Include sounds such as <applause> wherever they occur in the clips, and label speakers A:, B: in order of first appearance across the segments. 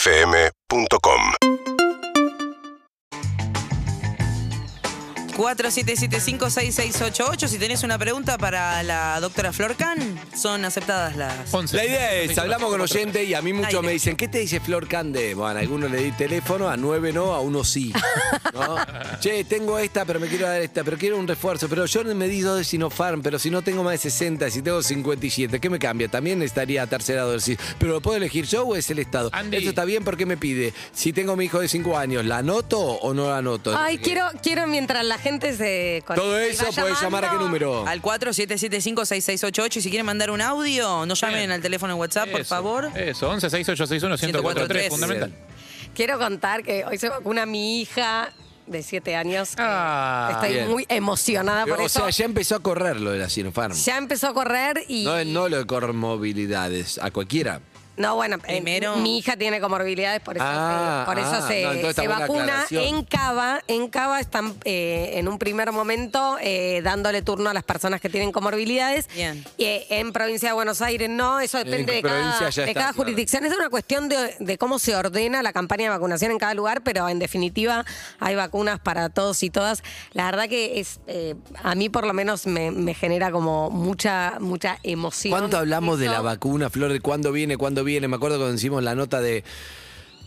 A: UrbanaPlayFM.com
B: 47756688. Si tenés una pregunta para la doctora Florcan, son aceptadas las.
C: La idea es, hablamos con oyente y a mí muchos
B: Aire.
C: me dicen, ¿qué te dice Flor Cande? Bueno, a algunos le di teléfono, a nueve no, a uno sí. ¿no? che, tengo esta, pero me quiero dar esta, pero quiero un refuerzo, pero yo me di dos de Sinopharm, pero si no tengo más de 60, si tengo 57, ¿qué me cambia? También estaría tercera dosis, pero ¿lo puedo elegir yo o es el Estado?
D: Andy.
C: ¿Eso está bien? ¿Por qué me pide? Si tengo mi hijo de 5 años, ¿la anoto o no la anoto?
E: Ay, quiero, quiero mientras la gente se conecta
C: Todo
E: y
C: eso
E: va
C: puedes llamar a qué
E: llamando.
C: número.
E: Ah,
B: Al 47756688. Y si quieren mandar un audio, no llamen al teléfono de WhatsApp, por
D: Eso,
B: favor.
D: Eso, 11 1043 fundamental.
E: Quiero contar que hoy se vacuna mi hija de 7 años. que
D: Ah,
E: Estoy
C: bien.
E: muy emocionada por
C: O
E: eso.
C: sea, ya empezó a correr lo de la Sinopharm.
E: Ya empezó a correr y.
C: No, no lo de comorbilidades, a cualquiera.
E: No, bueno,
B: Primero-
E: primero. mi hija tiene comorbilidades, por eso,
C: Ah,
E: se, por eso
C: ah,
E: se,
C: no, entonces está
E: se
C: buena
E: vacuna
C: aclaración.
E: en Cava. En Cava están eh, en un primer momento eh, dándole turno a las personas que tienen comorbilidades.
B: Bien.
E: Eh, en provincia de Buenos Aires no, eso depende
C: En
E: de
C: provincia
E: cada,
C: ya
E: de
C: está,
E: cada
C: claro.
E: jurisdicción. Es una cuestión de, de cómo se ordena la campaña de vacunación en cada lugar, pero en definitiva hay vacunas para todos y todas. La verdad que es eh, a mí por lo menos me, me genera como mucha, mucha emoción.
C: ¿Cuánto hablamos de la
E: Eso.
C: vacuna, Flor? ¿De cuándo viene? ¿Cuándo viene? Me acuerdo cuando hicimos la nota de.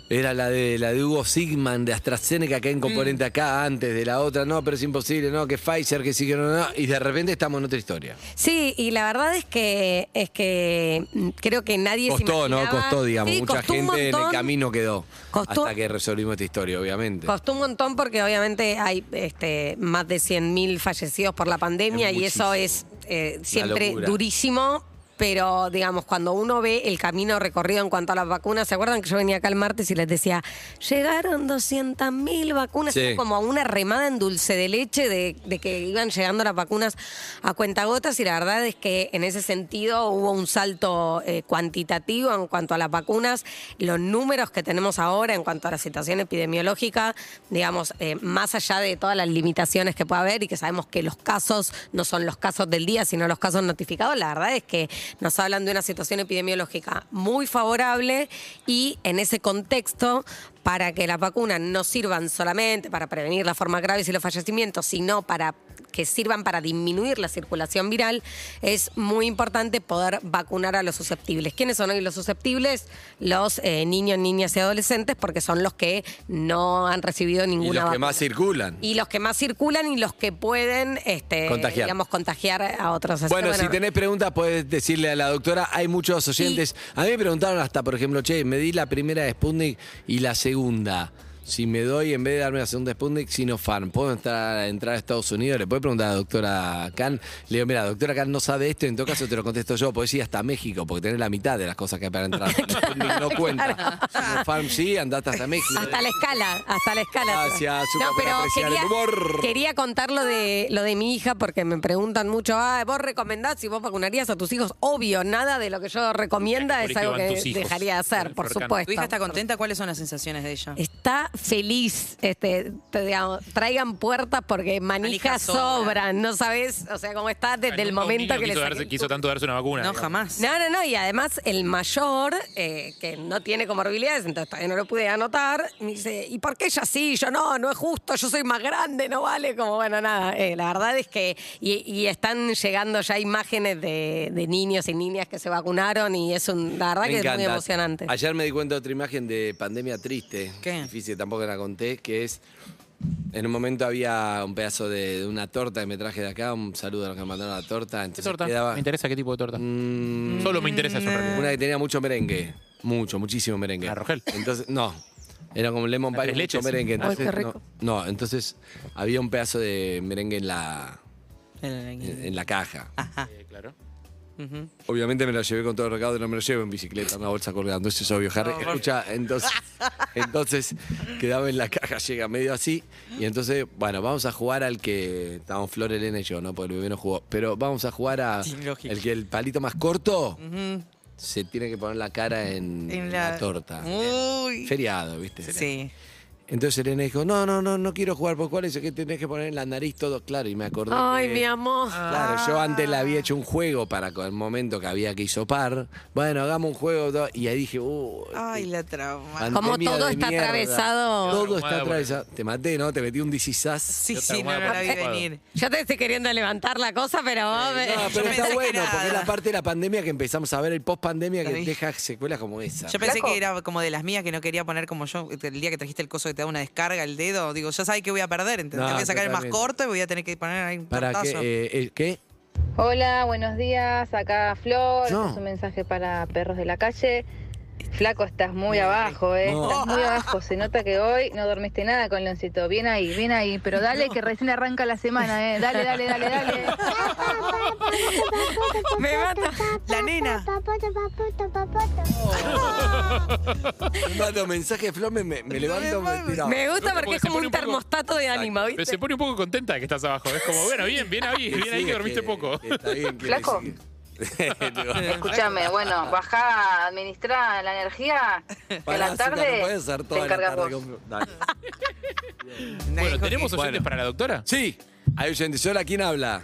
C: Era la de la de Hugo Sigman de AstraZeneca, que hay un
E: Mm.
C: componente acá antes de la otra. No, pero es imposible, no, que Pfizer, que sí, que no, no. Y de repente estamos en otra historia.
E: Sí, y la verdad es que es que mm, creo que nadie
C: Costó,
E: se
C: ¿no?
E: imaginaba.
C: Costó, digamos.
E: Sí,
C: Mucha
E: costó un
C: gente en el
E: montón.
C: camino quedó.
E: Costó-
C: Hasta que resolvimos esta historia, obviamente.
E: Costó un montón porque obviamente hay este, más de 100.000 fallecidos por la pandemia
C: Es
E: y eso es
C: muchísimo.
E: eh,
C: Una
E: siempre
C: locura.
E: durísimo. Pero, digamos, cuando uno ve el camino recorrido en cuanto a las vacunas, ¿se acuerdan que yo venía acá el martes y les decía, llegaron 200.000 vacunas?
C: Sí.
E: Era como una remada en dulce de leche de, de que iban llegando las vacunas a cuentagotas y la verdad es que en ese sentido hubo un salto eh, cuantitativo en cuanto a las vacunas. Los números que tenemos ahora en cuanto a la situación epidemiológica, digamos, eh, más allá de todas las limitaciones que pueda haber y que sabemos que los casos no son los casos del día, sino los casos notificados, la verdad es que nos hablan de una situación epidemiológica muy favorable y en ese contexto para que las vacunas no sirvan solamente para prevenir las formas graves y los fallecimientos, sino para que sirvan para disminuir la circulación viral, es muy importante poder vacunar a los susceptibles. ¿Quiénes son hoy los susceptibles? Los eh, niños, niñas y adolescentes, porque son los que no han recibido
C: y los
E: ninguna
C: que
E: vacuna.
C: más circulan.
E: Y los que más circulan y los que pueden este,
C: Contagiar.
E: digamos, contagiar a otros. Así que,
C: Bueno, si tenés preguntas, podés decirle a la doctora. Hay muchos oyentes. A mí me preguntaron hasta, por ejemplo, che, me di la primera de Sputnik y la segunda. Si me doy, en vez de darme la segunda Sputnik, Sinopharm, ¿puedo entrar, entrar a Estados Unidos? Le puedo preguntar a la doctora Khan. Le digo, mira, doctora Khan no sabe esto, en todo caso te lo contesto yo. Podés ir hasta México, porque tenés la mitad de las cosas que hay para entrar. Sputnik no cuenta. Sinopharm sí, andate hasta México.
E: Hasta la escala, hasta la escala.
C: Gracias, Zucca,
E: No,
C: por
E: pero
C: apreciar el
E: quería,
C: humor.
E: quería contar lo de, lo de mi hija porque me preguntan mucho, ah, vos recomendás si vos vacunarías a tus hijos. Obvio, nada de lo que yo recomienda
D: Porque
E: es algo
D: van
E: que
D: tus hijos,
E: dejaría de hacer, por
D: Florcano.
E: supuesto.
B: ¿Tu hija está contenta? ¿Cuáles son las sensaciones de ella?
E: Está feliz, este, te- digamos, traigan puertas porque
B: Manija
E: manijas
B: sobra.
E: sobran, no sabes, o sea, cómo está desde el
D: Nunca un
E: momento
D: niño
E: que le
D: quiso,
E: saqué
D: darse-
E: el
D: quiso
E: turno.
D: tanto darse una vacuna.
B: No,
D: digamos.
B: jamás.
E: No, no, no. Y además el mayor, eh, que no tiene comorbilidades, entonces todavía no lo pude anotar, me dice, ¿y por qué ella sí? Yo no, no es justo, yo soy más grande, no vale. Como bueno, nada. eh, la verdad es que. Y, y están llegando ya imágenes de, de niños y niñas que se vacunaron y es un, la verdad
C: Me
E: que es muy
C: encanta.
E: emocionante.
C: Ayer me di cuenta de otra imagen de pandemia triste.
B: ¿Qué?
C: Difícil, tampoco la conté, que es. En un momento había un pedazo de, de una torta que me traje de acá. Un saludo a los que me mandaron la torta.
D: ¿Qué
C: Entonces
D: torta?
C: quedaba
D: Me interesa qué tipo de torta.
C: mm,
D: Solo me interesa eso en realidad.
C: una que tenía mucho merengue. Mucho, muchísimo merengue.
D: La Rogel.
C: Entonces, no. Era como un lemon
D: La
C: pie,
D: tres
C: mucho
D: leches.
C: merengue.
D: Ay,
C: Entonces,
E: qué rico.
C: No, no, entonces había un pedazo de merengue en la, en,
B: Eh,
C: en la caja.
B: Ajá.
D: Eh, claro.
B: ujú.
C: Obviamente me lo llevé con todo el recado, no me lo llevo en bicicleta, una bolsa colgando, eso es obvio, Harry. Escucha,
B: <laughs>
C: entonces, entonces quedaba en la caja, llega medio así, y entonces, bueno, vamos a jugar al que estábamos Flor, Elena y yo, ¿no? Porque el bebé no jugó, pero vamos a jugar a
B: Sí, lógico.
C: el que el palito más corto se tiene que poner la cara en,
B: En
C: la... torta.
B: Uy.
C: Feriado, ¿viste?
B: Sí.
C: Entonces Elena dijo, no, no, no, no quiero jugar por cuál es que tenés que poner en la nariz todo claro. Y me acordé.
E: Ay,
C: que-
E: mi amor.
C: Claro, yo antes le había hecho un juego para con el momento que había que hisopar. Bueno, hagamos un juego. do- Y ahí dije, uh,
B: Ay, la trauma.
C: pandemia
E: Como todo
C: de
E: está
C: mierda.
E: atravesado.
C: Todo
D: Traumada
C: está
D: por-
C: atravesado. Te maté, ¿no? Te metí un disisaz.
B: Sí,
D: Yo
B: sí, no,
D: traumado,
B: no la vi
D: preocupado.
B: venir.
E: Yo te estoy queriendo levantar la cosa, pero vos me-
C: Eh, No,
B: Yo
C: Ah, pero
B: pensé
C: está
B: que
C: bueno,
B: era-
C: porque es la parte de la pandemia que empezamos a ver, el post pandemia que
B: Ahí.
C: deja secuelas como esa.
B: Yo pensé
E: Flaco.
B: que era como de las mías que no quería poner como yo. El día que trajiste el coso que te da una descarga el dedo, digo, ya sabes que voy a perder, ¿entendés?
C: No,
B: Te voy a sacar el más
C: totalmente.
B: corto y voy a tener que poner ahí un
C: ¿Para qué?
B: tortazo.
C: Eh, eh, ¿Qué?
F: Hola, buenos días. Acá Flor.
C: No.
F: Este Es un mensaje para perros de la calle. Flaco, estás muy abajo, ¿eh?
C: No.
F: Estás muy abajo. Se nota que hoy no dormiste nada con Leoncito. Bien ahí, bien ahí. Pero dale, que recién arranca la semana, ¿eh? Dale, dale, dale, dale.
E: me mata.
B: La nena.
C: Mando mensaje, Flor, me, me- me levanto. me- mira.
E: <laughs> Me gusta
D: No,
E: porque es como
D: se pone
E: un
D: poco-
E: termostato de ánimo,
D: Pero
E: ¿viste?
D: se pone un poco contenta que estás abajo. Es como, bueno, bien, bien ahí, bien ahí
C: Sí,
D: que
C: es
D: dormiste poco.
C: Está bien que
F: Flaco.
C: <laughs>
F: Escúchame, bueno, bajá, administrá la energía. Que a
C: Para
F: la
C: no
F: tarde
C: puede ser
F: te
C: toda la
F: encargas
C: tarde.
F: vos.
C: con- Dale.
B: Nadie
D: Bueno,
B: dijo
D: ¿tenemos
B: que-
D: oyentes para la doctora?
C: Sí, hay oyentes. Hola, ¿quién habla?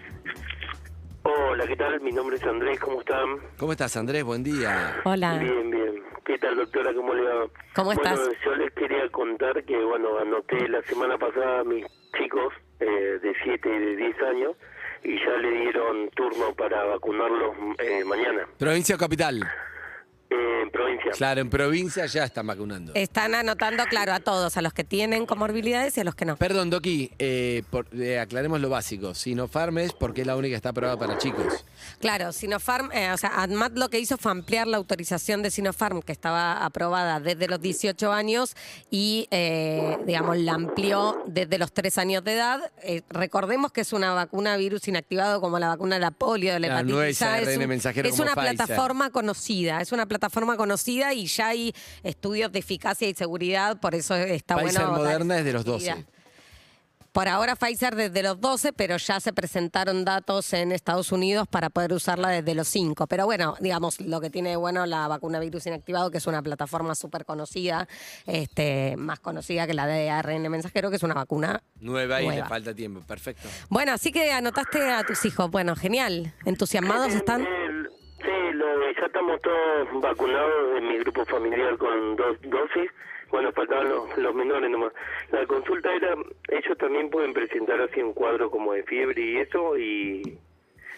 G: Hola, ¿qué tal? Mi nombre es Andrés, ¿cómo están?
C: ¿Cómo estás, Andrés? Buen día.
E: Hola.
G: Bien, bien. ¿Qué tal, doctora? ¿Cómo le va?
E: ¿Cómo estás?
G: Bueno, yo les quería contar que, bueno, anoté la semana pasada a mis chicos eh, de 7 y de 10 años y ya le dieron turno para vacunarlos eh, mañana
C: ¿Provincia o capital?
G: eh, en provincia.
C: Claro, en provincia ya están vacunando.
E: Están anotando, claro, a todos, a los que tienen comorbilidades y a los que no.
C: Perdón, Doki, eh, por- eh, aclaremos lo básico. Sinopharm es porque es la única que está aprobada para chicos.
E: Claro, Sinopharm, eh, o sea, ADMAT lo que hizo fue ampliar la autorización de Sinopharm, que estaba aprobada desde los 18 años, y, eh, digamos, la amplió desde los 3 años de edad. Eh, recordemos que es una vacuna virus inactivado como la vacuna de la polio, de la
C: Claro,
E: hepatitis
C: no es
E: A,
C: ARN
E: un-
C: mensajero
E: es
C: como
E: una
C: Pfizer.
E: plataforma conocida, es una plataforma conocida y ya hay estudios de eficacia y seguridad, por eso está
C: Pfizer
E: bueno. dar
C: Moderna
E: esa
C: es de los 12.
E: seguridad. Por ahora Pfizer desde los 12, pero ya se presentaron datos en Estados Unidos para poder usarla desde los 5. Pero bueno, digamos, lo que tiene de bueno la vacuna virus inactivado, que es una plataforma súper conocida, este, más conocida que la de ARN mensajero, que es una vacuna.
C: Nueva y le
E: Nueva.
C: falta tiempo. Perfecto.
E: Bueno, así que anotaste a tus hijos. Bueno, genial. Entusiasmados están.
G: El- sí, lo- ya estamos todos vacunados en mi grupo familiar con dos dosis. Bueno, faltaban los, los menores nomás. La consulta era, ellos también pueden presentar así un cuadro como de fiebre y eso, y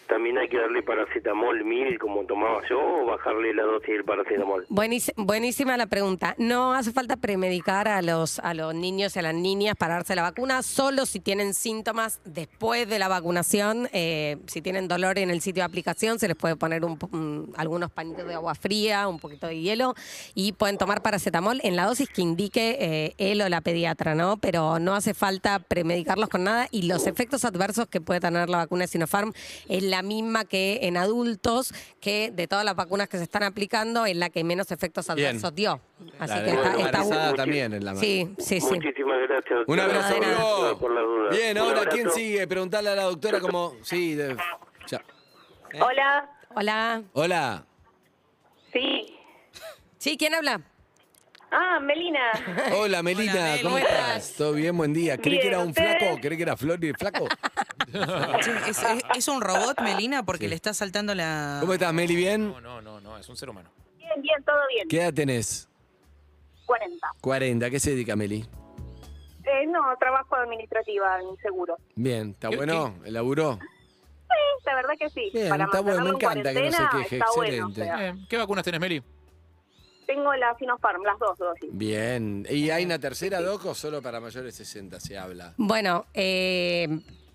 G: también hay que darle paracetamol mil como tomaba yo, o bajarle la dosis del paracetamol.
E: Buenis- Buenísima la pregunta. No hace falta premedicar a los, a los niños y a las niñas para darse la vacuna, solo si tienen síntomas después de la vacunación. eh, si tienen dolor en el sitio de aplicación, se les puede poner un po- un- algunos pañitos de agua fría, un poquito de hielo y pueden tomar paracetamol en la dosis que indique eh, él o la pediatra, ¿no? Pero no hace falta premedicarlos con nada y los efectos adversos que puede tener la vacuna de Sinopharm es la misma que en adultos, que de todas las vacunas que se están aplicando, es la que menos efectos
C: Bien.
E: adversos dio. Así
C: Claro,
E: que está,
G: bueno,
E: está
C: embarazada
G: bu-
C: también en la mano.
E: Sí, sí, sí.
G: Muchísimas gracias. doctora,
C: Un abrazo,
G: por la-
C: amigo.
G: por la duda.
C: Bien,
G: Un
C: ahora, ¿quién
G: abrazo.
C: sigue? Preguntarle a la doctora como... Sí, de- ya.
H: Hola,
E: Hola. <laughs>
C: Hola.
H: sí.
E: Sí, ¿quién habla?
H: Ah, Melina.
C: Hola, Melina,
B: Mel,
C: ¿cómo
B: buenas.
C: estás? ¿Todo bien? Buen día. ¿Crees que
H: Bien,
C: era un
H: ¿ustedes?
C: flaco? ¿Crees que era Flor y el flaco?
B: Che, ¿Es, es- es un robot, Melina? Porque le está saltando la.
C: ¿Cómo estás, Meli? ¿Bien?
D: No, no, no, no, es un ser humano.
H: Bien, bien, todo bien.
C: ¿Qué edad tenés?
H: 40.
C: 40. ¿Qué se dedica, Meli?
H: Eh, no, trabajo administrativa en seguro.
C: Bien, ¿está
D: ¿Qué-
C: bueno? ¿El laburo?
H: Sí, la verdad que sí.
C: Bien,
H: Para
C: está bueno, me
H: mantenerlo en
C: encanta que no se
H: cuarentena,
C: queje,
H: está bueno,
C: excelente.
H: o sea,
D: Eh, ¿Qué vacunas tenés, Meli?
H: tengo la Sinopharm, las dos dosis.
C: Bien. ¿Y hay una tercera, Doc, o solo para mayores de 60 se habla?
E: Bueno, eh,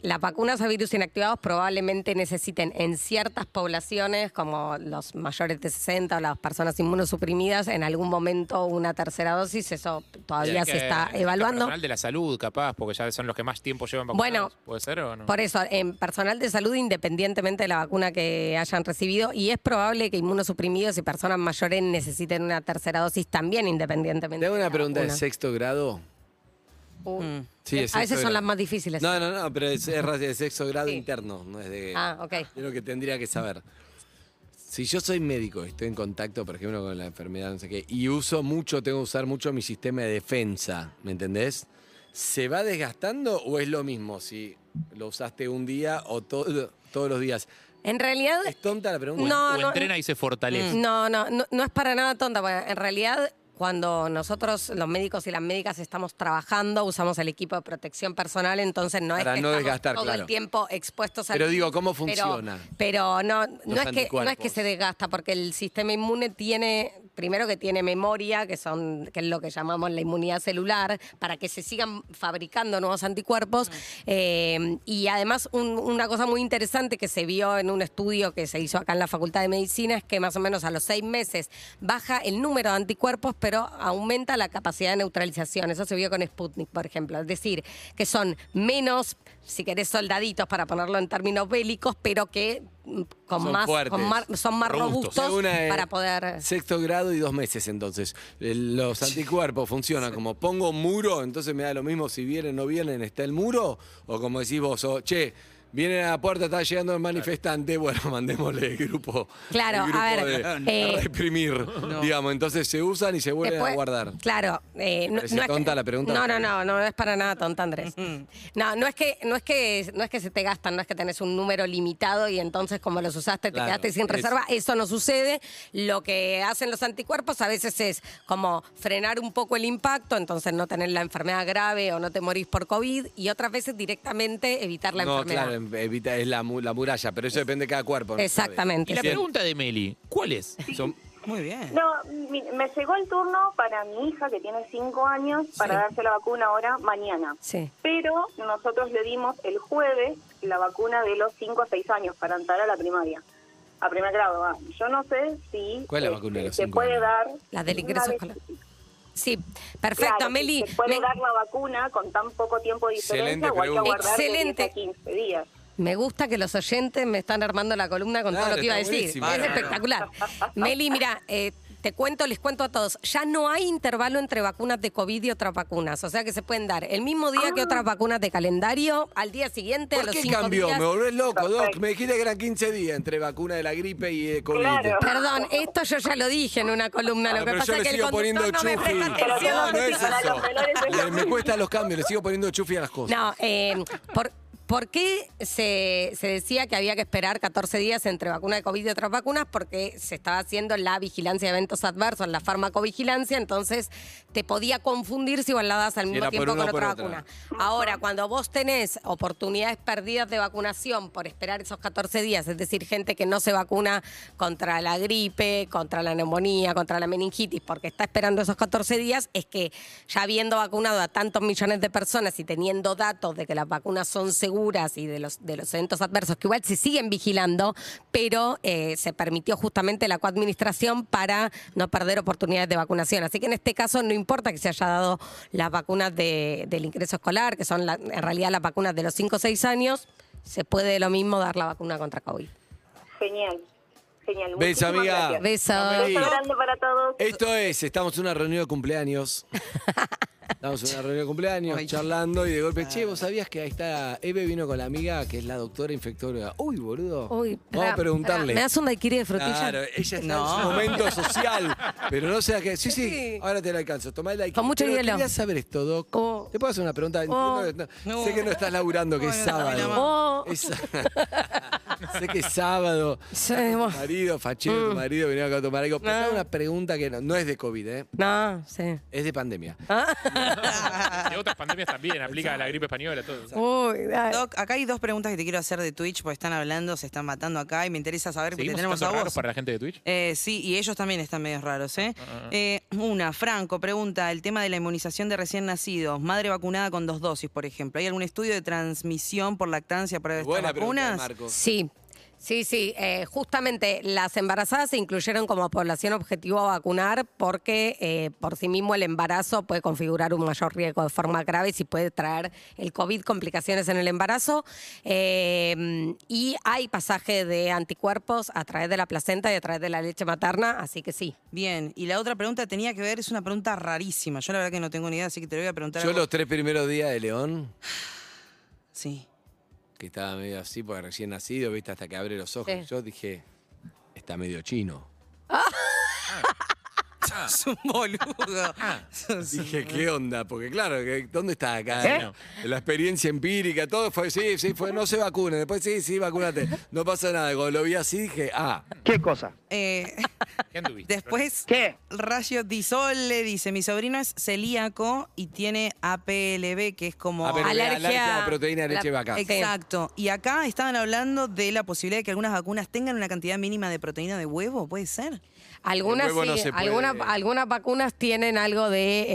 E: las vacunas a virus inactivados probablemente necesiten en ciertas poblaciones, como los mayores de 60 o las personas inmunosuprimidas, en algún momento una tercera dosis. Eso todavía
D: Hay
E: se
D: que-
E: está
D: hay que
E: evaluando.
D: Personal de la salud, capaz, porque ya son los que más tiempo llevan
E: Bueno,
D: vacunados. ¿Puede ser o no?
E: Por eso, en personal de salud, independientemente de la vacuna que hayan recibido, y es probable que inmunosuprimidos y personas mayores necesiten una tercera dosis también, independientemente.
C: Te hago
E: de
C: una
E: la
C: pregunta de
E: vacuna.
C: sexto grado.
E: Uy.
C: Sí, de
E: a
C: sexto
E: veces son
C: grado.
E: las más difíciles.
C: No, no, no, pero es, es ra- de sexto grado
E: Sí.
C: interno, no es de.
E: Ah, ok.
C: Es lo que tendría que saber. Si yo soy médico y estoy en contacto, por ejemplo, con la enfermedad, no sé qué, y uso mucho, tengo que usar mucho mi sistema de defensa, ¿me entendés? ¿Se va desgastando o es lo mismo si lo usaste un día o todo- todos los días?
E: En realidad,
C: Es tonta la pregunta.
E: No,
D: o
E: no. Mm.
D: entrena y se fortalece.
E: No, no, no, no es para nada tonta, porque en realidad cuando nosotros los médicos y las médicas estamos trabajando, usamos el equipo de protección personal, entonces no
C: Para
E: es que
C: no
E: estamos
C: desgastar,
E: todo
C: claro.
E: el tiempo expuestos al
C: Pero digo,
E: virus,
C: ¿cómo
E: pero-
C: funciona?
E: Pero, no, no es que no es que
C: anticuerpos.
E: se desgasta, porque el sistema inmune tiene primero que tiene memoria, que son que es lo que llamamos la inmunidad celular, para que se sigan fabricando nuevos anticuerpos Eh, y además un- una cosa muy interesante que se vio en un estudio que se hizo acá en la Facultad de Medicina es que más o menos a los seis meses baja el número de anticuerpos, pero aumenta la capacidad de neutralización. Eso se vio con Sputnik, por ejemplo. Es decir, que son menos, si querés, soldaditos, para ponerlo en términos bélicos, pero que mm, con
C: Son
E: más,
C: fuertes,
E: con mar- son más robustos,
C: Según, eh,
E: para poder...
C: Sexto grado y dos meses, entonces. Eh, Los anticuerpos funcionan como pongo muro, entonces me da lo mismo si vienen o no vienen, está el muro, o como decís vos, o, che, vienen a la puerta, está llegando el manifestante, bueno, <laughs> mandémosle el grupo.
E: Claro,
C: el grupo
E: a ver,
C: de-
E: Perdón.
C: de
E: eh,
C: reprimir, digamos. Entonces se usan y se vuelven
E: Después-
C: a guardar.
E: Claro. eh, no,
C: parece
E: no es
C: tonta
E: que-
C: la pregunta?
E: No, no, no, no es para nada tonta, Andrés. No, no es que, no es que, no es que se te gastan, no es que tenés un número limitado y entonces como los usaste te
C: Claro,
E: quedaste sin
C: es-
E: reserva. Eso no sucede. Lo que hacen los anticuerpos a veces es como frenar un poco el impacto, entonces no tener la enfermedad grave o no te morís por COVID y otras veces directamente evitar la
C: no,
E: enfermedad.
C: claro, evita, es la, mu- la muralla, pero eso depende de cada cuerpo. ¿no?
E: Exactamente.
D: Y la
E: Sí.
D: pregunta de Meli, ¿cuál es?
C: Son-
B: Muy bien.
H: No, mi- me llegó el turno para mi hija que tiene 5 años para
E: Sí.
H: darse la vacuna ahora mañana.
E: Sí.
H: Pero nosotros le dimos el jueves la vacuna de los 5 a 6 años para entrar a la primaria. A primer grado, va. Yo no sé si
C: ¿Cuál es la
H: eh,
C: vacuna de los
H: se
C: cinco
H: puede
C: años?
H: dar...
E: La del
H: una
E: ingreso
H: vez-
E: escolar. Sí, perfecto,
H: Claro,
E: Meli.
H: Se puede
E: me-
H: dar la vacuna con tan poco tiempo de
C: Excelente
H: diferencia o hay que
C: pregunta.
H: aguardar de 10 a
E: Excelente.
H: 15 días.
E: Me gusta que los oyentes me están armando la columna con
C: Claro,
E: todo lo que iba a
C: está
E: decir.
C: buenísimo.
E: Es
B: Bárbaro.
E: espectacular. Meli, mira, eh, te cuento, les cuento a todos. Ya no hay intervalo entre vacunas de COVID y otras vacunas. O sea que se pueden dar el mismo día que otras vacunas de calendario, al día siguiente, a
C: ¿Por
E: los
C: qué
E: cinco
C: cambió?
E: días.
C: Me volvés loco, Doc.
H: Perfecto.
C: Me dijiste que eran 15 días entre vacuna de la gripe y de COVID.
H: Claro.
E: Perdón, esto yo ya lo dije en una columna. Lo
C: Ah,
E: que
C: pero
E: pasa
C: yo
E: es
C: le
E: que el
C: sigo poniendo
E: conductor no me
C: chufi.
E: presta
H: Pero
E: atención.
C: No, no es
H: Para los menores es
C: eso.
H: lo
C: Eh, Me
H: mismo.
C: cuestan los cambios, le sigo poniendo chufi a las cosas.
E: No, eh, ¿por, por qué se, se decía que había que esperar 14 días entre vacuna de COVID y otras vacunas? Porque se estaba haciendo la vigilancia de eventos adversos, la farmacovigilancia, entonces te podía confundir si volabas al
C: Si
E: mismo
C: era por
E: tiempo
C: una
E: con
C: o por
E: otra,
C: otra.
E: vacuna. Ahora, cuando vos tenés oportunidades perdidas de vacunación por esperar esos 14 días, es decir, gente que no se vacuna contra la gripe, contra la neumonía, contra la meningitis, porque está esperando esos 14 días, es que ya habiendo vacunado a tantos millones de personas y teniendo datos de que las vacunas son seguras y de los, de los eventos adversos, que igual se siguen vigilando, pero eh, se permitió justamente la coadministración para no perder oportunidades de vacunación. Así que en este caso no importa que se haya dado las vacunas de- del ingreso escolar, que son la- en realidad las vacunas de los 5 o 6 años, se puede lo mismo dar la vacuna contra COVID.
H: Genial. Genial.
C: Ves,
H: Muchísimas
C: amiga.
H: gracias.
E: Besos.
C: Ameli.
H: Beso grande para todos.
C: Esto es, estamos en una reunión de cumpleaños. Estamos en una reunión de cumpleaños,
B: Ay.
C: charlando y de golpe, che,
E: Ah.
C: ¿vos sabías que ahí está? Eve vino con la amiga que es la doctora infectóloga. Uy, boludo.
E: Uy,
C: Vamos
E: pará,
C: a preguntarle.
E: pará, ¿Me das un daiquiri de frutilla?
C: Claro, ella está
B: No.
C: en su momento social. Pero no sea que. Sí, sí,
E: Sí.
C: ahora te la alcanzo. Tomá el like.
E: Con mucho
C: Pero
E: hielo.
C: Quería saber esto, Doc.
E: Oh.
C: Te puedo hacer una pregunta. Entiendo
E: Oh.
C: que no-
B: No.
C: Sé que no estás laburando, que es
B: Bueno, no,
C: sábado.
E: no. Oh.
C: Es- <laughs> sé que es sábado.
E: Sí, Mm. Ah.
C: tu
E: vos-
C: marido, fachero, tu marido venía acá a tomar algo. Pero
E: No.
C: tengo una pregunta que no, no es de COVID, ¿eh?
E: No, sí. Ah,
C: Es de pandemia.
B: <laughs>
D: De otras pandemias también, aplica a la gripe española, todo.
E: <laughs> Uy, dale.
B: Doc, acá hay dos preguntas que te quiero hacer de Twitch, porque están hablando, se están matando acá y me interesa saber porque
D: ¿Seguimos
B: tenemos a
D: estando raros
B: vos.
D: para la gente de Twitch?
B: <laughs> Eh, sí, y ellos también están medios raros, ¿eh?
C: Ah,
B: Eh, Una, Franco pregunta el tema de la inmunización de recién nacidos. Madre vacunada con dos dosis, por ejemplo. ¿Hay algún estudio de transmisión por lactancia para estas
C: Buena pregunta, de
B: vacunas?
C: Marco.
E: Sí. Sí, sí, eh, justamente las embarazadas se incluyeron como población objetivo a vacunar porque eh, por sí mismo el embarazo puede configurar un mayor riesgo de forma grave si puede traer el COVID complicaciones en el embarazo. Eh, y hay pasaje de anticuerpos a través de la placenta y a través de la leche materna, así que sí.
B: Bien, y la otra pregunta tenía que ver, es una pregunta rarísima. Yo la verdad que no tengo ni idea, así que te lo voy a preguntar. a
C: Yo
B: vos.
C: los tres primeros días de León,
B: Sí.
C: que estaba medio así, porque recién nacido, viste, hasta que abre los ojos.
E: Sí.
C: Yo dije, está medio chino.
B: Ah.
C: <laughs>
B: Es un boludo. Sos un-
C: Dije, ¿qué onda? Porque claro, que- ¿dónde está
B: ¿Eh?
C: acá? La experiencia empírica, todo fue, sí, sí, fue, no se vacune. Después, sí, sí, vacunate. No pasa nada. Cuando lo vi así, dije, ah,
I: ¿Qué cosa?
B: Eh, <laughs>
D: ¿Qué anduviste?
B: después,
I: ¿Qué?
B: Rayo Disol le dice, mi sobrino es celíaco y tiene APLB, que es como...
C: a ver,
E: Alergia
C: alergia a la proteína de
E: a la-
C: leche de vaca.
E: Ex-
B: Exacto. Y acá estaban hablando de la posibilidad de que algunas vacunas tengan una cantidad mínima de proteína de huevo, ¿puede ser?
E: Algunas,
C: El huevo no
E: sí,
C: se puede.
E: algunas, algunas vacunas tienen algo de,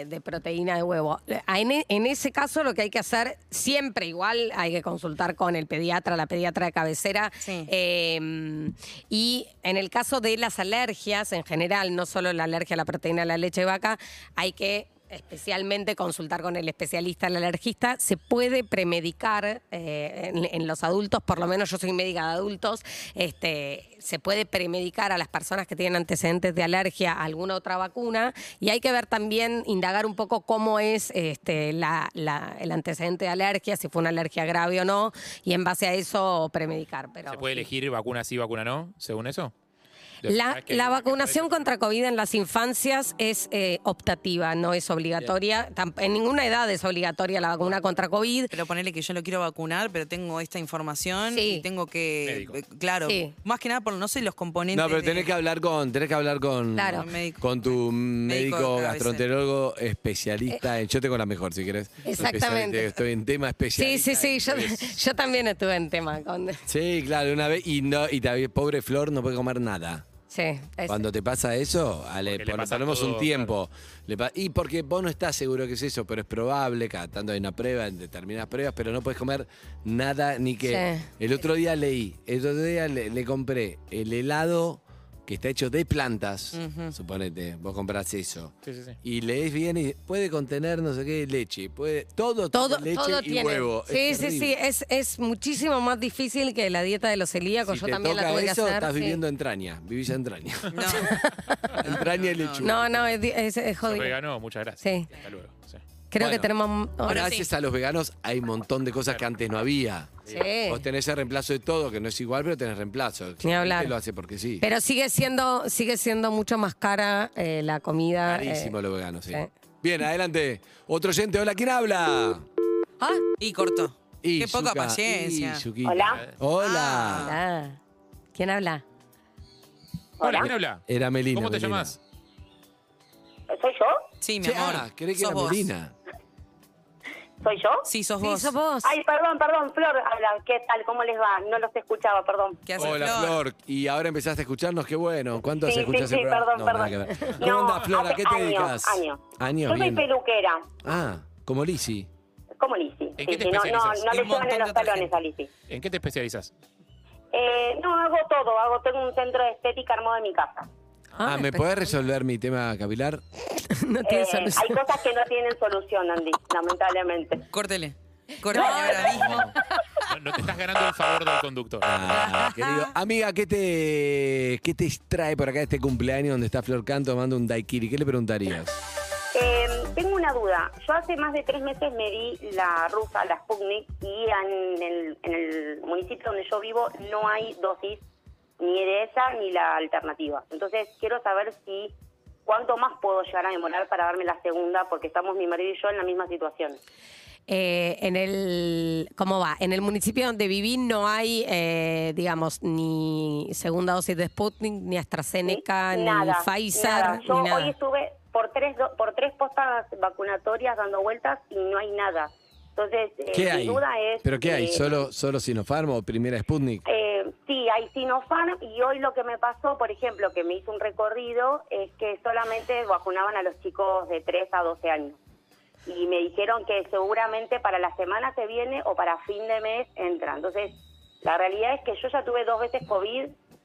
E: eh, de proteína de huevo. En, e, en ese caso lo que hay que hacer siempre igual, hay que consultar con el pediatra, la pediatra de cabecera.
B: Sí.
E: Eh, y en el caso de las alergias en general, no solo la alergia a la proteína de la leche de vaca, hay que especialmente consultar con el especialista, el alergista, se puede premedicar eh, en, en los adultos, por lo menos yo soy médica de adultos, este, se puede premedicar a las personas que tienen antecedentes de alergia a alguna otra vacuna y hay que ver también, indagar un poco cómo es este, la- la- el antecedente de alergia, si fue una alergia grave o no, y en base a eso premedicar. Pero,
D: ¿Se puede elegir vacuna sí, vacuna no, según eso?
E: la,
D: ¿Sabes que hay
E: la
D: una que
E: vacunación
D: parece-
E: contra COVID en las infancias es eh, optativa, no es obligatoria. Tamp- En ninguna edad es obligatoria la vacuna contra COVID.
B: Pero ponerle que yo lo quiero vacunar, pero tengo esta información
E: Sí.
B: y tengo que...
D: Médico.
B: eh, Claro,
E: Sí.
B: más que nada por, no sé, los componentes
C: No, pero
B: de-
C: tenés que hablar con, tenés que hablar con,
E: Claro.
B: Médico.
C: con tu médico,
B: cabecera.
C: gastroenterólogo especialista. en- yo tengo la mejor, si querés.
E: Eh. Exactamente.
C: Especialista, Estoy en tema
E: Sí,
C: especialista.
E: sí, sí,
C: en
E: yo,
C: tres.
E: <laughs> yo también estuve en tema con...
C: Sí, claro, una vez. Y, no, y también, pobre Flor, no puede comer nada.
E: Sí, es-
C: Cuando te pasa eso, ale,
D: Porque le
C: pon-
D: pasa
C: ponemos
D: todo,
C: un tiempo. Le pa- y porque vos no estás seguro que es eso, pero es probable, cada tanto hay una prueba, en determinadas pruebas, pero no puedes comer nada ni que.
E: Sí.
C: El otro día leí, el otro día le, le compré el helado que está hecho de plantas, suponete, vos comprás eso.
D: Sí, sí, sí.
C: Y lees bien y puede contener no sé qué leche, puede todo,
E: todo,
C: tiene leche
E: todo
C: y
E: tiene.
C: huevo.
E: Sí,
C: Es
E: sí, sí,
C: terrible.
E: es, es muchísimo más difícil que la dieta de los celíacos.
C: Si
E: Pues yo
C: te
E: también la
C: toca
E: tuve
C: eso,
E: que hacer.
C: estás
E: sí.
C: viviendo entraña, vivís
E: <laughs>
C: entraña. <laughs>
B: No.
C: entraña y lechuga.
E: No, no, es, di- es- es
D: Se
E: jodido.
D: reganó, muchas gracias.
E: Sí.
D: Hasta luego. sí.
E: Creo
C: Bueno.
E: que tenemos... ahora sí.
C: Gracias a los veganos hay un montón de cosas que antes no había.
E: Sí.
C: Vos tenés el reemplazo de todo, que no es igual, pero tenés reemplazo.
E: Ni hablar.
C: Te lo hace porque sí.
E: Pero eh, sigue siendo, sigue siendo mucho más cara eh, la comida. eh.
C: Carísimo los veganos, sí.
E: sí.
C: Bien, adelante. Otro oyente, hola, ¿quién habla?
E: Ah,
B: Y cortó.
C: Y
B: Qué poca
C: Yuka,
B: paciencia.
C: y Yuquita.
H: Hola.
C: Hola.
E: hola. ¿Quién habla?
D: Hola,
H: Hola.
D: ¿quién habla?
C: Era Melina.
D: ¿Cómo te
C: Melina.
D: llamas?
H: ¿Soy yo?
B: Sí, mi
C: Che,
B: amor.
C: ah, creí que
B: sos
C: era
B: vos.
C: Melina.
H: ¿Soy yo?
B: Sí, sos
E: Sí,
B: vos.
E: sos vos.
H: Ay, perdón, perdón, Flor, habla. ¿Qué tal? ¿Cómo les va? No los escuchaba, perdón.
B: ¿Qué haces,
C: Hola, Flor. Y ahora empezaste a escucharnos, qué bueno. ¿Cuánto
H: Sí,
C: se escucha
H: sí,
C: ese
H: sí,
C: programa?
H: perdón,
C: no, nada
H: perdón.
C: que ver.
H: No,
C: ¿Cómo andás, Flor? ¿A
H: hace
C: qué te
H: años,
C: dedicas?
H: años.
C: Años,
H: Yo soy
C: bien.
H: peluquera,
C: Ah, como Lizzy.
H: como Lizzy.
D: ¿En qué te
H: no, no,
D: especializas?
H: no le
B: Un montón
H: llevan en
B: de
H: los
B: otra
H: talones
B: gente.
H: a Lizzy.
D: ¿En qué te especializas?
H: Eh, no, hago todo. Hago, tengo un centro de estética armado en mi casa.
C: Ah, ¿me podés resolver mi tema capilar?
E: No tiene
H: Eh,
E: solución.
H: hay cosas que no tienen solución, Andy, lamentablemente.
B: Córtele. Córtele ahora mismo.
D: No, no te estás ganando el favor del conductor.
C: Ah, querido. Amiga, ¿qué te, ¿qué te trae por acá este cumpleaños donde está Flor Canto tomando un daiquiri? ¿Qué le preguntarías?
H: Eh, tengo una duda. Yo hace más de tres meses me di la rusa, la Sputnik, y en el, en el municipio donde yo vivo no hay dosis ni de esa ni la alternativa. Entonces quiero saber si cuánto más puedo llegar a demorar para darme la segunda, porque estamos mi marido y yo en la misma situación.
E: Eh, en el, ¿cómo va? En el municipio donde viví no hay, eh, digamos, ni segunda dosis de Sputnik, ni AstraZeneca, ni,
H: Nada,
E: Pfizer,
H: nada. Yo
E: ni nada.
H: hoy estuve por tres, do- por tres postas vacunatorias dando vueltas y no hay nada. Entonces, eh,
C: ¿Qué
H: mi
C: hay?
H: duda es...
C: ¿Pero qué hay?
H: eh,
C: ¿Solo, solo Sinopharm o primera Sputnik?
H: Eh, sí, hay Sinopharm y hoy lo que me pasó, por ejemplo, que me hizo un recorrido, es que solamente vacunaban a los chicos de 3 a 12 años. Y me dijeron que seguramente para la semana que viene o para fin de mes entra. Entonces, la realidad es que yo ya tuve dos veces COVID.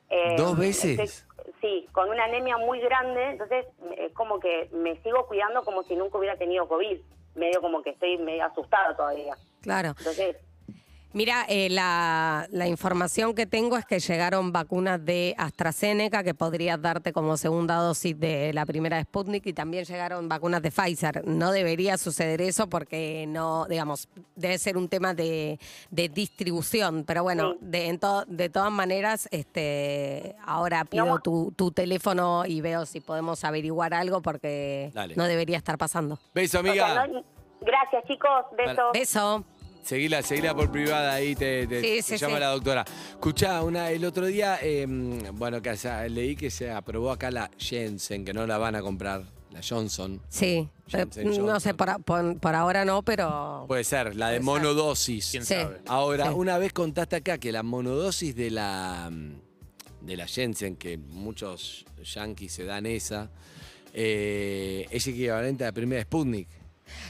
H: eh,
C: ¿Dos veces?
H: estoy- sí, con una anemia muy grande. Entonces, es como que me sigo cuidando como si nunca hubiera tenido COVID. Medio como que estoy medio asustada todavía.
E: Claro.
H: Entonces,
E: Mira, eh, la, la información que tengo es que llegaron vacunas de AstraZeneca que podrías darte como segunda dosis de la primera de Sputnik y también llegaron vacunas de Pfizer. No debería suceder eso porque no, digamos, debe ser un tema de, de distribución. Pero bueno,
H: Sí.
E: de, en to- de todas maneras, este, ahora pido
H: No.
E: tu, tu teléfono y veo si podemos averiguar algo porque
C: Dale.
E: no debería estar pasando.
C: Beso,
H: O sea,
C: amiga.
H: no- gracias, chicos. Besos.
E: Beso.
C: Seguila, seguila por privada, ahí te, te-
E: Sí,
C: te
E: sí,
C: llama
E: sí.
C: la doctora. Escuchá, una, el otro día, eh, bueno, que se- leí que se aprobó acá la Jensen, que no la van a comprar, la Johnson.
E: Sí,
C: Johnson,
E: eh, no sé,
C: Johnson.
E: por, a- por- por ahora no, pero...
C: Puede ser, la de
E: Puede ser.
C: monodosis.
D: ¿Quién
E: Sí.
D: sabe?
C: Ahora,
E: Sí.
C: una vez contaste acá que la monodosis de la mm, de la Jensen, que muchos yanquis se dan esa, eh, es equivalente a la primera Sputnik.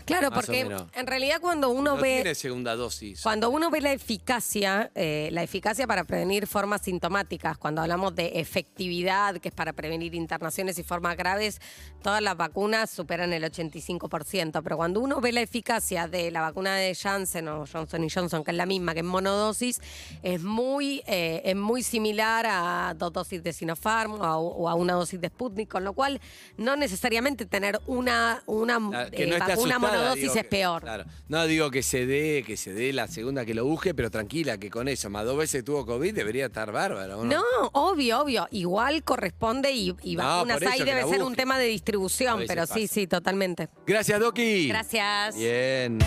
E: Claro,
C: Más o
E: porque
C: menos.
E: en realidad cuando uno
C: No,
E: ve...
C: tiene segunda dosis.
E: Cuando uno ve la eficacia, eh, la eficacia para prevenir formas sintomáticas, cuando hablamos de efectividad, que es para prevenir internaciones y formas graves, todas las vacunas superan el 85%. Pero cuando uno ve la eficacia de la vacuna de Janssen o Johnson Johnson, que es la misma, que es monodosis, es muy, eh, es muy similar a dos dosis de Sinopharm o a, o a una dosis de Sputnik, con lo cual no necesariamente tener una, una
C: La- Ah, que
E: eh,
C: no esté
E: vacuna
C: asustada,
E: monodosis
C: digo
E: es
C: que-
E: peor.
C: claro. No digo que se dé, que se dé la segunda que lo busque, pero tranquila, que con eso, más dos veces tuvo COVID, debería estar bárbaro. ¿o
E: No, obvio, obvio. Igual corresponde y, y
C: No,
E: vacunas
C: por eso
E: ahí
C: que
E: debe
C: la
E: ser un
C: busquen.
E: tema de
C: A
E: distribución,
C: veces
E: pero sí,
C: pasa.
E: sí, totalmente.
C: Gracias, Doki.
E: Gracias.
C: Bien.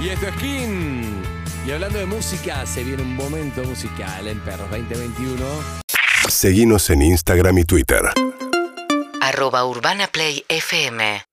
C: Y esto es King. Y hablando de música, se viene un momento musical en Perros 2021.
A: Seguimos en Instagram y Twitter.
I: Arroba Urbana Play FM